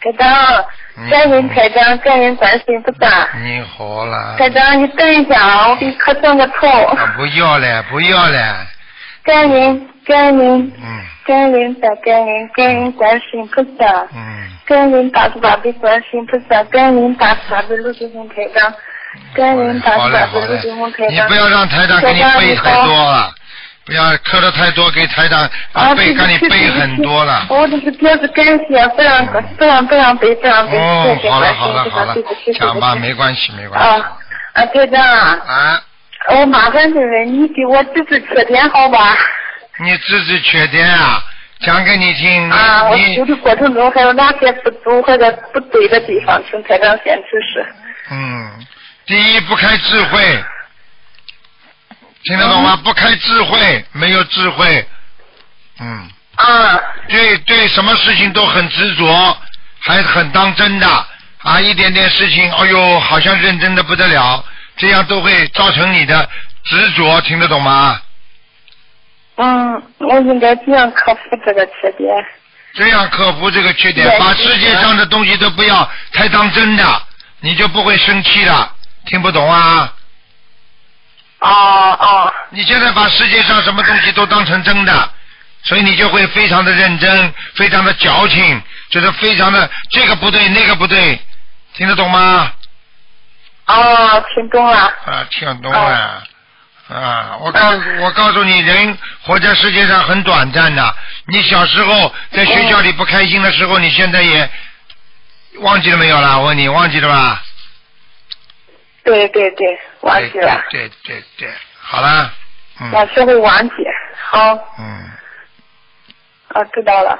台长，感恩台长，感恩观世音菩萨。你好了。台长，你等一下啊，我给你磕三个头。啊不要了，不要了。感恩，感恩，嗯感恩大感恩，感恩观世音菩萨，嗯，感恩大慈大悲观世音菩萨，感恩大慈大悲卢俊红台长，感恩大好慈嘞大好悲卢嘞俊红台，你长。不要让台长给你背太多了，不要磕的太多，给台长啊，啊背哦对给你不起背很多了。我这是表示感谢，非常非常非常悲，非常悲，哦谢，谢好了关好心，了非好常了对不起，对不，起。讲吧，没关系没关系。啊啊，台长啊，啊，我麻烦你了，你给我指指缺点好吧？你自己缺点啊，讲给你听。啊，我嗯你修的过程中还有哪些不足或者不对的地方，请台长先指示。嗯，第一不开智慧，听得懂吗？不开智慧，没有智慧，嗯，啊对对，什么事情都很执着，还很当真的啊，一点点事情，哎呦，好像认真的不得了，这样都会造成你的执着，听得懂吗？嗯，我应该怎样克服这个缺点？这样克服这个缺点，对把是的世界上的东西都不要太当真的，你就不会生气了。听不懂啊？哦哦你现在把世界上什么东西都当成真的，所以你就会非常的认真，非常的矫情，就是非常的这个不对那个不对，听得懂吗？哦，听懂了。啊，听懂了。哦啊，我告我告诉你，人活在世界上很短暂的。你小时候在学校里不开心的时候，你现在也忘记了没有啦？我问你，忘记了吧？对对对，忘记了，对对对对，好啦。嗯要学会忘记。好，嗯，啊，知道了。